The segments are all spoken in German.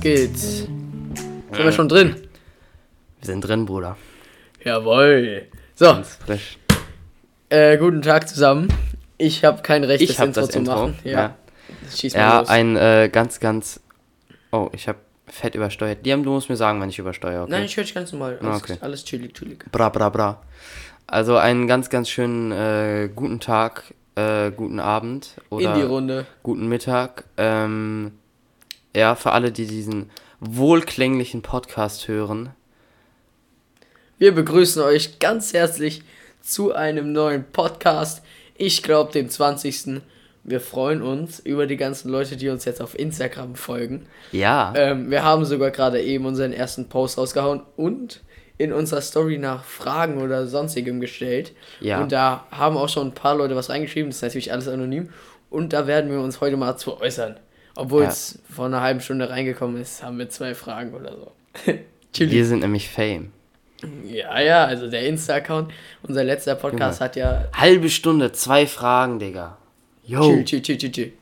geht's. Sind wir schon drin? Wir sind drin, Bruder. Jawohl. So, Ganz frisch. äh, guten Tag zusammen. Ich habe kein Recht, Ich habe das zu Intro. machen. ja. Ja, schieß mal ja los. ein äh, ganz, ganz. Oh, ich habe fett übersteuert. Liam, du musst mir sagen, wenn ich übersteuere. Okay? Nein, ich höre dich ganz normal. Alles, Ah, okay. alles chillig, chillig. Bra, bra, bra. Also einen ganz, ganz schönen äh, guten Tag, äh, guten Abend In die oder Runde. guten Mittag. Ähm, ja, für alle, die diesen wohlklänglichen Podcast hören. Wir begrüßen euch ganz herzlich zu einem neuen Podcast. Ich glaube, dem 20. Wir freuen uns über die ganzen Leute, die uns jetzt auf Instagram folgen. Ja, Ähm, wir haben sogar gerade eben unseren ersten Post rausgehauen und in unserer Story nach Fragen oder sonstigem gestellt. Ja. Und da haben auch schon ein paar Leute was reingeschrieben. Das ist natürlich alles anonym. Und da werden wir uns heute mal zu äußern. Obwohl Ja. es vor einer halben Stunde reingekommen ist, haben wir zwei Fragen oder so. wir sind nämlich Fame. Ja, ja, also der Insta-Account. Unser letzter Podcast Genau. hat ja. Halbe Stunde, zwei Fragen, Digga. Yo. Chill, chill, chill, chill, chill.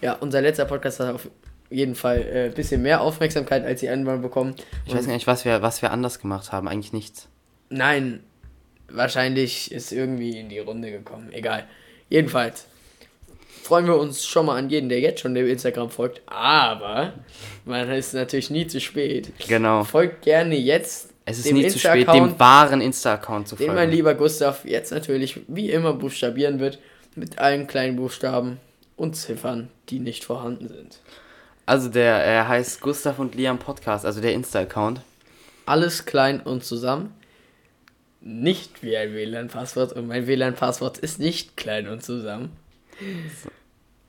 Ja, unser letzter Podcast hat auf jeden Fall ein äh, bisschen mehr Aufmerksamkeit als die anderen bekommen. Ich weiß gar nicht, was wir, was wir anders gemacht haben. Eigentlich nichts. Nein, wahrscheinlich ist irgendwie in die Runde gekommen. Egal. Jedenfalls freuen wir uns schon mal an jeden, der jetzt schon dem Instagram folgt. Aber man ist natürlich nie zu spät. Genau. Folgt gerne jetzt Es ist dem nie zu spät, Insta-Account, dem wahren Insta-Account zu den mein folgen. lieber Gustav jetzt natürlich wie immer buchstabieren wird. Mit allen kleinen Buchstaben und Ziffern, die nicht vorhanden sind. Also der, er heißt Gustav und Liam Podcast, also der Insta-Account. Alles klein und zusammen. Nicht wie ein WLAN-Passwort. Und mein WLAN-Passwort ist nicht klein und zusammen.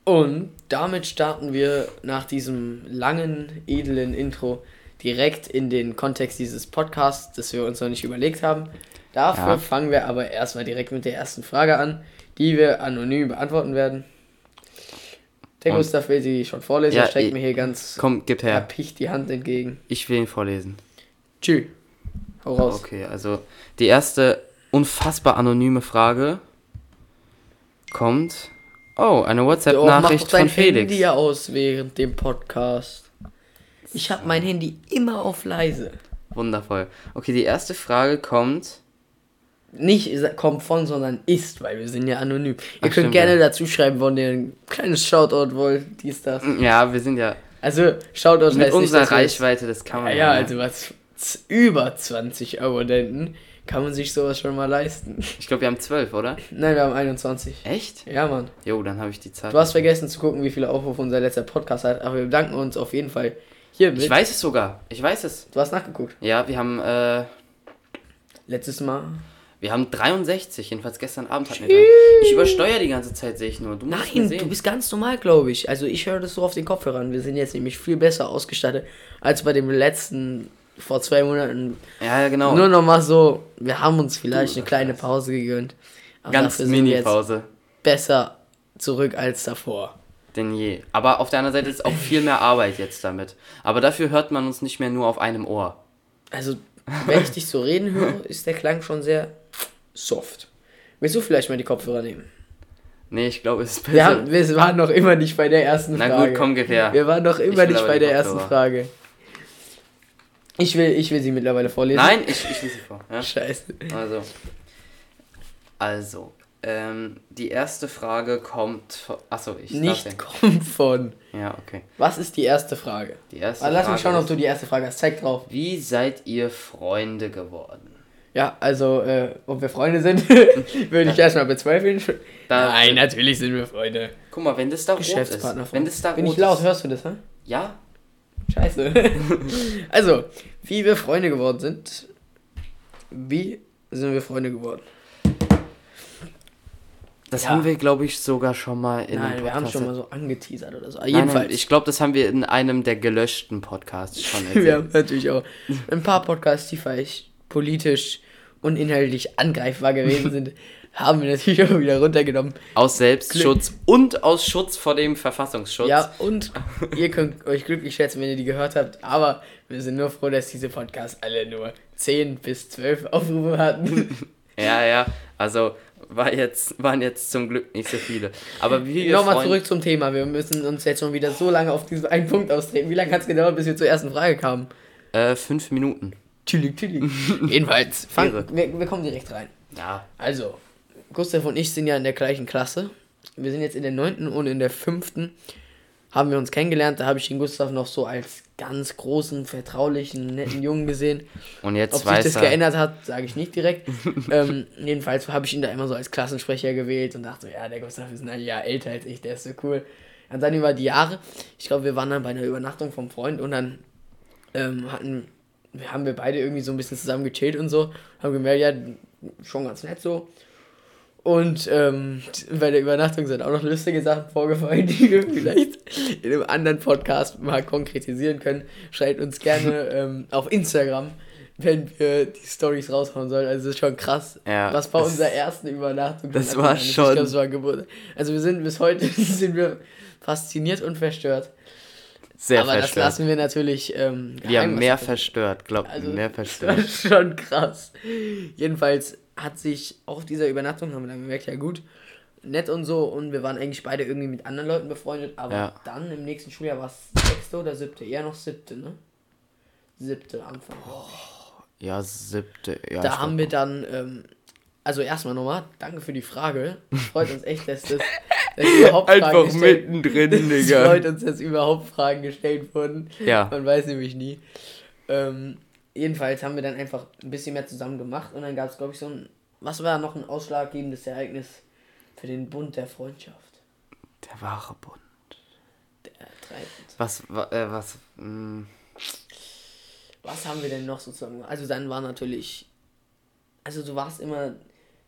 Und damit starten wir nach diesem langen, edlen Intro direkt in den Kontext dieses Podcasts, das wir uns noch nicht überlegt haben. Dafür Ja. fangen wir aber erstmal direkt mit der ersten Frage an, die wir anonym beantworten werden. Der Und- Gustav will sie schon vorlesen, Ja, streckt ich- mir hier ganz Komm, gib her. erpicht die Hand entgegen. Ich will ihn vorlesen. Tschüss. Hau raus. Okay, also die erste unfassbar anonyme Frage kommt. Oh, eine Oh, mach doch WhatsApp-Nachricht dein von Felix. Handy aus während dem Podcast. Ich habe mein Handy immer auf leise. Wundervoll. Okay, die erste Frage kommt. Nicht ist- kommt von, sondern ist, weil wir sind ja anonym. Ihr könnt stimmt, gerne ja. dazu schreiben, wenn ihr ein kleines Shoutout wollt, dies, das. Ja, wir sind ja Also, mit Shoutout heißt nicht, unserer dass wir jetzt- Reichweite, das kann Ja, man ja, ne? also was, z- über 20 Abonnenten kann man sich sowas schon mal leisten. Ich glaube, wir haben zwölf, oder? Nein, wir haben 21. Echt? Ja, Mann. Jo, dann habe ich die Zahl. Du hast vergessen zu gucken, wie viele Aufrufe unser letzter Podcast hat, aber wir bedanken uns auf jeden Fall hiermit. Ich weiß es sogar. Ich weiß es. Du hast nachgeguckt. Ja, wir haben, äh, Letztes Mal wir haben 63, jedenfalls gestern Abend hatten wir drei. Ich übersteuere die ganze Zeit, sehe ich nur. Du musst Nein, sehen. du bist ganz normal, glaube ich. Also ich höre das so auf den Kopfhörern. Wir sind jetzt nämlich viel besser ausgestattet als bei dem letzten vor zwei Monaten. Ja, ja, genau. Nur nochmal so, wir haben uns vielleicht eine kleine Pause gegönnt. Aber Ganz dafür sind wir jetzt Mini-Pause. besser zurück als davor. Denn je. Aber auf der anderen Seite ist auch viel mehr Arbeit jetzt damit. Aber dafür hört man uns nicht mehr nur auf einem Ohr. Also, wenn ich dich so reden höre, ist der Klang schon sehr soft. Willst du vielleicht mal die Kopfhörer nehmen? Nee, ich glaube, es ist besser. Wir, haben, wir waren noch immer nicht bei der ersten Na Frage. gut, komm, gib her. Wir waren noch Ich immer will nicht aber bei die der ersten Kopfhörer. Frage. Ich will, ich will sie mittlerweile vorlesen. Nein, ich, ich lese sie vor. Ja? Scheiße. Also. Also. Ähm, die erste Frage kommt. von- Achso, ich. darf Nicht sehen. kommt von. Ja, okay. Was ist die erste Frage? Die erste Ah, lass mich Frage schauen, ob ist, du die erste Frage hast. Zeig drauf. Wie seid ihr Freunde geworden? Ja, also, äh, ob wir Freunde sind, würde ich erstmal bezweifeln. Da- Nein, natürlich sind wir Freunde. Guck mal, wenn das da rot ist. Geschäftspartner Wenn das da Bin rot ich laut, ist. hörst du das, hä? Ja, Scheiße. also, wie wir Freunde geworden sind. Wie sind wir Freunde geworden? das Ja. haben wir, glaube ich, sogar schon mal in einem Nein, wir haben Podcast- schon mal so angeteasert oder so. Aber Nein, Jedenfalls. nein, ich glaube, das haben wir in einem der gelöschten Podcasts schon erzählt. Wir haben natürlich auch ein paar Podcasts, die vielleicht politisch und inhaltlich angreifbar gewesen sind, haben wir natürlich auch wieder runtergenommen. Aus Selbstschutz und aus Schutz vor dem Verfassungsschutz. Ja, und ihr könnt euch glücklich schätzen, wenn ihr die gehört habt, aber wir sind nur froh, dass diese Podcasts alle nur 10 bis 12 Aufrufe hatten. ja, ja. Also war jetzt, waren jetzt zum Glück nicht so viele. Aber wie wir Nochmal Freunde- zurück zum Thema. Wir müssen uns jetzt schon wieder so lange auf diesen einen Punkt austreten. Wie lange hat es gedauert, bis wir zur ersten Frage kamen? Äh, fünf Minuten. Tülig, tülig. Jedenfalls, fang, Irre. wir, wir kommen direkt rein. Ja. Also, Gustav und ich sind ja in der gleichen Klasse. Wir sind jetzt in der neunten und in der fünften haben wir uns kennengelernt. Da habe ich den Gustav noch so als ganz großen, vertraulichen, netten Jungen gesehen. Und jetzt Ob weiß sich das er. geändert hat, sage ich nicht direkt. ähm, jedenfalls habe ich ihn da immer so als Klassensprecher gewählt und dachte, so, ja, der Gustav ist ein Jahr älter als ich, der ist so cool. Und dann über die Jahre, ich glaube, wir waren dann bei einer Übernachtung vom Freund und dann ähm, hatten, haben wir beide irgendwie so ein bisschen zusammen gechillt und so, haben gemerkt, ja, schon ganz nett so. Und ähm, bei der Übernachtung sind auch noch lustige Sachen vorgefallen, die wir vielleicht in einem anderen Podcast mal konkretisieren können. Schreibt uns gerne ähm, auf Instagram, wenn wir die Stories raushauen sollen. Also es ist schon krass, Ja, was bei es- unserer ersten Übernachtung das dann war abgegangen ist. schon- Ich glaube, es war Geburt. Also wir sind bis heute sind wir fasziniert und verstört. Sehr Aber das verstört. lassen wir natürlich ähm, wir haben geheim, was mehr das- verstört, glaubt mir, also, mehr Das verstört. ist schon krass. Jedenfalls hat sich auf dieser Übernachtung, haben wir dann gemerkt, ja gut, nett und so. Und wir waren eigentlich beide irgendwie mit anderen Leuten befreundet. Aber Ja. dann im nächsten Schuljahr war es sechste oder siebte. Eher noch siebte, ne? Siebte Anfang. Ja, siebte. Ja, ich da haben glaub- wir dann, ähm, also erstmal nochmal, danke für die Frage. Freut uns echt, dass das dass überhaupt Fragen Einfach gestellt mittendrin, es Digga. freut uns, dass überhaupt Fragen gestellt wurden. Ja. Man weiß nämlich nie. Ähm, jedenfalls haben wir dann einfach ein bisschen mehr zusammen gemacht und dann gab es, glaube ich, so ein. Was war noch ein ausschlaggebendes Ereignis für den Bund der Freundschaft? Der wahre Bund. Der Treibens. Was, wa- äh, was, mh, Was haben wir denn noch sozusagen gemacht? Also dann war natürlich. Also du warst immer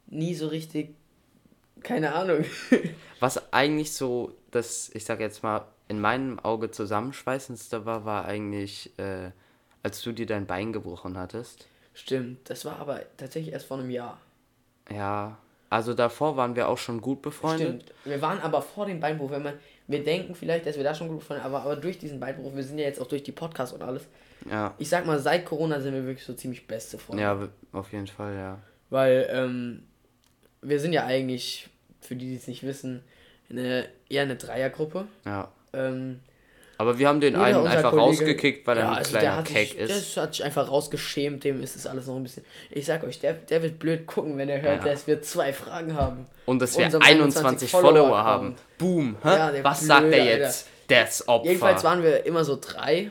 nie so richtig. Keine Ahnung. was eigentlich so, das, ich sag jetzt mal, in meinem Auge zusammenschweißendste war, war eigentlich, äh, als du dir dein Bein gebrochen hattest. Stimmt, das war aber tatsächlich erst vor einem Jahr. Ja, also davor waren wir auch schon gut befreundet. Stimmt. Wir waren aber vor dem Beinbruch, wenn man. Wir denken vielleicht, dass wir da schon gut waren, aber, aber durch diesen Beinbruch, wir sind ja jetzt auch durch die Podcasts und alles. Ja. Ich sag mal, seit Corona sind wir wirklich so ziemlich beste Freunde. Ja, w- auf jeden Fall, ja. Weil ähm, wir sind ja eigentlich, für die, die es nicht wissen, eine, eher eine Dreiergruppe. Ja. Ähm, Aber wir haben den jeder einen unserer einfach Kollege- rausgekickt, weil er ein also der kleiner hat Keck sich, ist. Das hat sich einfach rausgeschämt, dem ist es alles noch ein bisschen. Ich sag euch, der, der wird blöd gucken, wenn er hört, Ja. dass wir zwei Fragen haben. Und dass wir unserem 21 Follower haben. Account. Boom. Hä? Ja, der was sagt blöde der Alter. jetzt? Das Opfer. Jedenfalls waren wir immer so drei.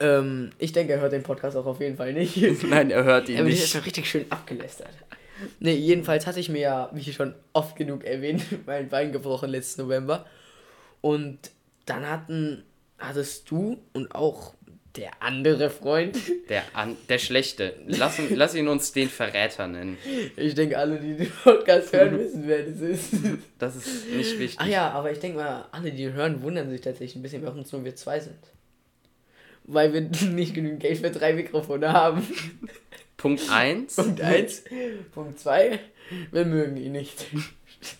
Ähm, ich denke, er hört den Podcast auch auf jeden Fall nicht. Nein, er hört ihn Er wird jetzt nicht. noch richtig schön abgelästert. Nee, jedenfalls hatte ich mir ja, wie schon oft genug erwähnt, mein Bein gebrochen letzten November. Und dann hatten, hattest du und auch der andere Freund, Der, an, der Schlechte. Lass, ihn- lass ihn uns den Verräter nennen. ich denke, alle, die den Podcast hören, wissen, wer das ist. Das ist nicht wichtig. Ach ja, aber ich denke mal, alle, die ihn hören, wundern sich tatsächlich ein bisschen, warum es nur wir zwei sind. Weil wir nicht genügend Geld für drei Mikrofone haben. Punkt 1. Punkt eins. Punkt zwei, wir mögen ihn nicht.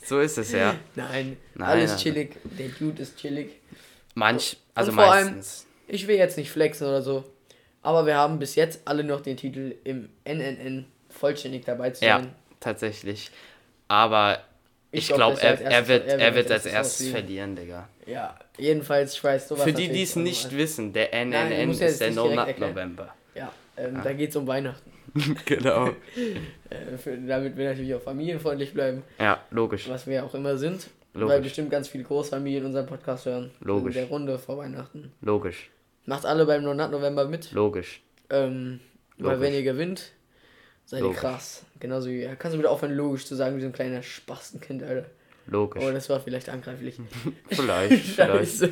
So ist es ja. Nein, Nein, alles nein. chillig. Der Dude ist chillig. Manch, also vor allem- meistens. Ich will jetzt nicht flexen oder so, aber wir haben bis jetzt alle noch den Titel im NNN vollständig dabei zu Ja, sein. tatsächlich. Aber Ich ich glaub, glaube, dass er, er als er, wird, erstes- er wird als erstes rausfliegen. verlieren, Digga. Ja, jedenfalls, ich weiß sowas. Für die, die natürlich es auch nicht nochmal. wissen, der Nein, du NNN musst ja ist jetzt der nicht No direkt Nut erklären. November. Ja, ähm, da geht's um Weihnachten. genau. Äh, für, damit wir natürlich auch familienfreundlich bleiben, Ja, logisch. was wir ja auch immer sind. Weil Logisch. bestimmt ganz viele Großfamilien unseren Podcast hören. Logisch. In der Runde vor Weihnachten. Logisch. Macht alle beim Nonat November mit. Logisch. Ähm, weil Logisch. wenn ihr gewinnt, seid ihr Logisch. krass. Genauso wie, ja, kannst du wieder aufhören, logisch zu sagen, wie so ein kleiner Spastenkind, Alter. Logisch. Oh, das war vielleicht angreiflich. Vielleicht, vielleicht. Scheiße.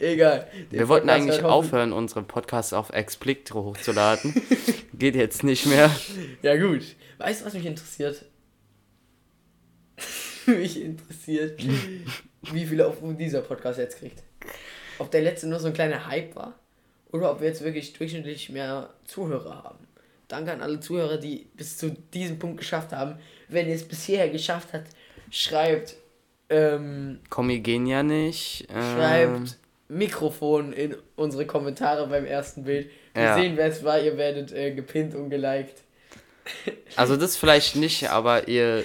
Egal. halt Wir wollten eigentlich auf aufhören, unsere Podcasts auf Explicit hochzuladen. Geht jetzt nicht mehr. Ja, gut. Weißt du, was mich interessiert? mich interessiert, wie viele Aufrufe dieser Podcast jetzt kriegt. Ob der letzte nur so ein kleiner Hype war oder ob wir jetzt wirklich durchschnittlich mehr Zuhörer haben. Danke an alle Zuhörer, die bis zu diesem Punkt geschafft haben. Wenn ihr es bisher geschafft habt, schreibt, ähm, Kommi gehen ja nicht. Ähm, schreibt Mikrofon in unsere Kommentare beim ersten Bild. Wir Ja. sehen, wer es war. Ihr werdet äh, gepinnt und geliked. Also das vielleicht nicht, aber ihr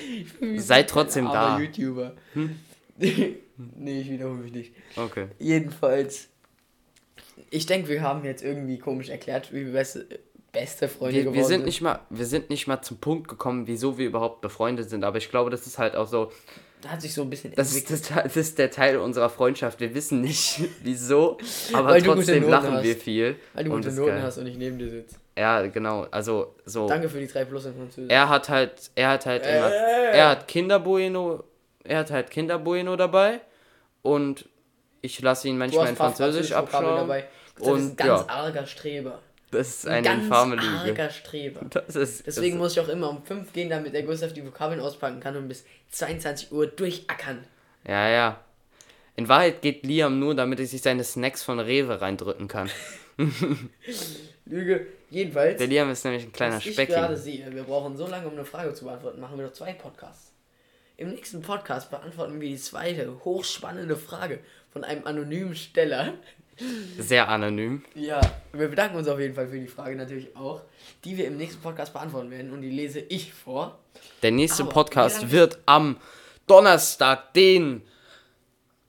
seid trotzdem da. Hm? Aber YouTuber. nee, ich wiederhole mich nicht. Okay. Jedenfalls, ich denke, wir haben jetzt irgendwie komisch erklärt, wie wir beste, beste Freunde Wir, geworden wir sind nicht mal, wir sind nicht mal zum Punkt gekommen, wieso wir überhaupt befreundet sind. Aber ich glaube, das ist halt auch so, Hat sich so ein bisschen das ist, das, das ist der Teil unserer Freundschaft. Wir wissen nicht wieso, aber Weil du gute trotzdem Noten lachen hast. wir viel. weil du Und gute das ist Noten geil. hast und ich neben dir sitze. Ja, genau. Also so. Danke für die 3 Plus in Französisch. Er hat halt, er hat halt immer, Äh. er hat Kinderbueno, er hat halt Kinderbueno dabei und ich lasse ihn manchmal in Französisch Vokabeln abschauen. Du bist ein Und, ganz ja. arger Streber. Das ist Ein eine ganz infame Lüge. arger Streber. Das ist, Deswegen das, muss ich auch immer um 5 gehen, damit der Gustav die Vokabeln auspacken kann und bis 22 Uhr durchackern. ja, ja. In Wahrheit geht Liam nur, damit er sich seine Snacks von Rewe reindrücken kann. Lüge. Jedenfalls, Der Liam ist nämlich ein kleiner was ich Speckling. gerade sehe, wir brauchen so lange, um eine Frage zu beantworten, machen wir doch zwei Podcasts. Im nächsten Podcast beantworten wir die zweite hochspannende Frage von einem anonymen Steller. Sehr anonym. Ja, wir bedanken uns auf jeden Fall für die Frage natürlich auch, die wir im nächsten Podcast beantworten werden und die lese ich vor. Der nächste Aber wie Podcast lange- wird am Donnerstag, den,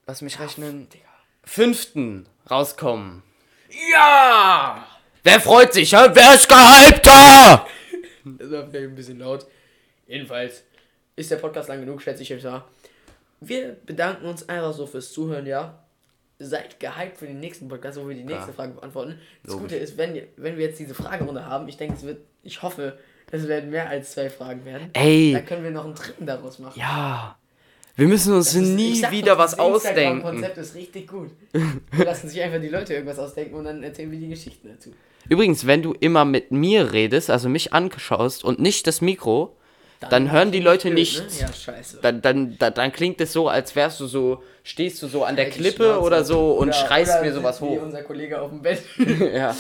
lass mich rechnen, fünften rauskommen. Ja! Wer freut sich, hä? Wer ist gehypter? Das war vielleicht ein bisschen laut. Jedenfalls ist der Podcast lang genug, schätze ich jetzt mal. Wir bedanken uns einfach so fürs Zuhören, ja. Seid gehypt für den nächsten Podcast, wo wir die nächste Klar. Frage beantworten. Das Logisch. Gute ist, wenn, ihr- wenn wir jetzt diese Fragerunde haben, ich denke, es wird, ich hoffe, es werden mehr als zwei Fragen werden. Ey. Dann können wir noch einen dritten daraus machen. Ja. Wir müssen uns Das ist- ich nie sag doch, wieder was dieses ausdenken. Instagram-Konzept ist richtig gut. Wir lassen sich einfach die Leute irgendwas ausdenken und dann erzählen wir die Geschichten dazu. Übrigens, wenn du immer mit mir redest, also mich anschaust und nicht das Mikro, dann, hören die Leute Blöd, nichts. Ne? Ja, scheiße. Dann, dann, dann, dann klingt es so, als wärst du so, stehst du so an der Halt die Klippe Schnauze. oder so und Oder- schreist oder mir sowas sitzt Wie hoch. unser Kollege auf dem Bett. ja.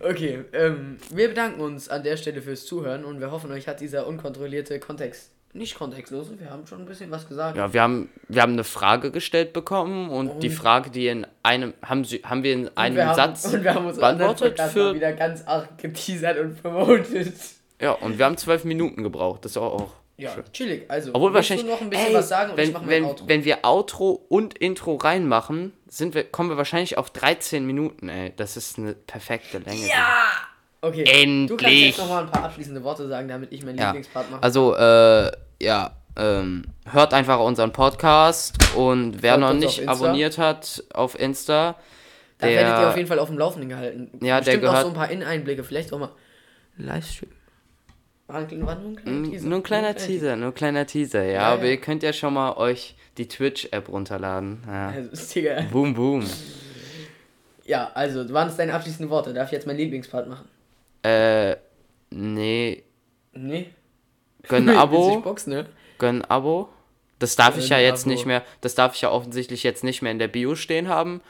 okay, ähm, wir bedanken uns an der Stelle fürs Zuhören und wir hoffen, euch hat dieser unkontrollierte Kontext nicht kontextlos. Wir haben schon ein bisschen was gesagt. ja, wir haben, wir haben eine Frage gestellt bekommen und die Frage, die in einem, haben, sie, haben wir in einem wir haben, Satz und wir haben uns beantwortet für für, wieder ganz arg geteasert und promotet. ja, und wir haben zwölf Minuten gebraucht, das ist auch, auch Ja, chillig. Also, Obwohl willst du wahrscheinlich. noch ein bisschen ey, was sagen und wenn, ich mach mein wenn, Outro. wenn wir Outro und Intro reinmachen, sind wir, kommen wir wahrscheinlich auf 13 Minuten, ey. Das ist eine perfekte Länge. Ja! Okay. Du kannst Endlich. jetzt nochmal ein paar abschließende Worte sagen, damit ich meinen Ja. Lieblingspart mache. Also, äh, ja, ähm, hört einfach unseren Podcast und wer Folgt noch uns nicht auf Insta. abonniert hat auf Insta, da werdet ihr auf der, jeden Fall auf dem Laufenden gehalten. Ja, der Bestimmt auch gehört- so ein paar Inneneinblicke, vielleicht auch mal ein Livestream. War, ein, war nur ein kleiner Teaser. nur ein kleiner Teaser, nur ein kleiner Teaser, ja, ja. aber ihr könnt ja schon mal euch die Twitch-App runterladen. Ja. Also, ist egal. Boom, boom. Ja, also, waren es deine abschließenden Worte? Darf ich jetzt meinen Lieblingspart machen? Äh, nee, Nee. gönn ein Willst du Abo. dich Box, ne? gönn ein Abo. Das darf ich ja Gönn ein jetzt Abo. nicht mehr, das darf ich ja offensichtlich jetzt nicht mehr in der Bio stehen haben.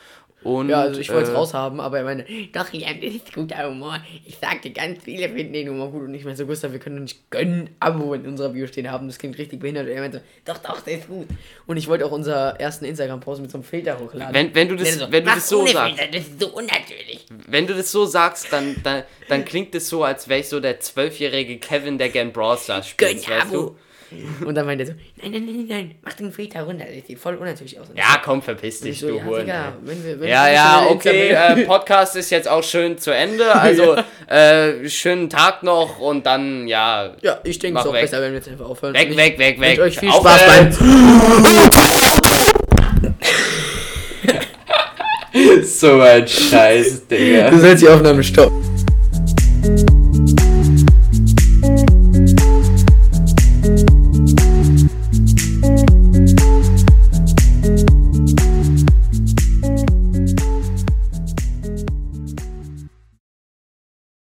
Und, Ja, also ich wollte es äh, raushaben, aber ich meine, doch, ja, das ist guter Humor. Ich sagte, ganz viele finden den Humor gut und nicht mehr so, Gustav, wir können nicht gönnen, Abo in unserer Bio stehen haben, das klingt richtig behindert. Und er meinte, doch, doch, der ist gut. Und ich wollte auch unser ersten Instagram-Post mit so einem Filter hochladen. Wenn, wenn du das, Nee, so, wenn du mach das so ohne sagst, Filter, das ist so unnatürlich. wenn du das so sagst, dann, dann, dann klingt es so, als wäre ich so der zwölfjährige Kevin, der gern Brawl Stars Gönn spielt, weißt Abo. du? Und dann meinte er so, nein, nein, nein, nein, nein, mach den Filter runter, das sieht voll unnatürlich aus. Und Ja, komm, verpiss ich dich, so, du ja, Huren. Digga, ey. wenn wir, wenn Ja, wir ja, schon eine okay, Instagram- äh, Podcast ist jetzt auch schön zu Ende, also äh, schönen Tag noch und dann, ja, ja, ich denke, mach es ist auch weg. besser, wenn wir jetzt einfach aufhören. Und weg, ich weg, weg, weg. wünsche euch viel Auf, Spaß äh, beim... So ein Scheiß, Digga. Also Du sollst die Aufnahme stoppen.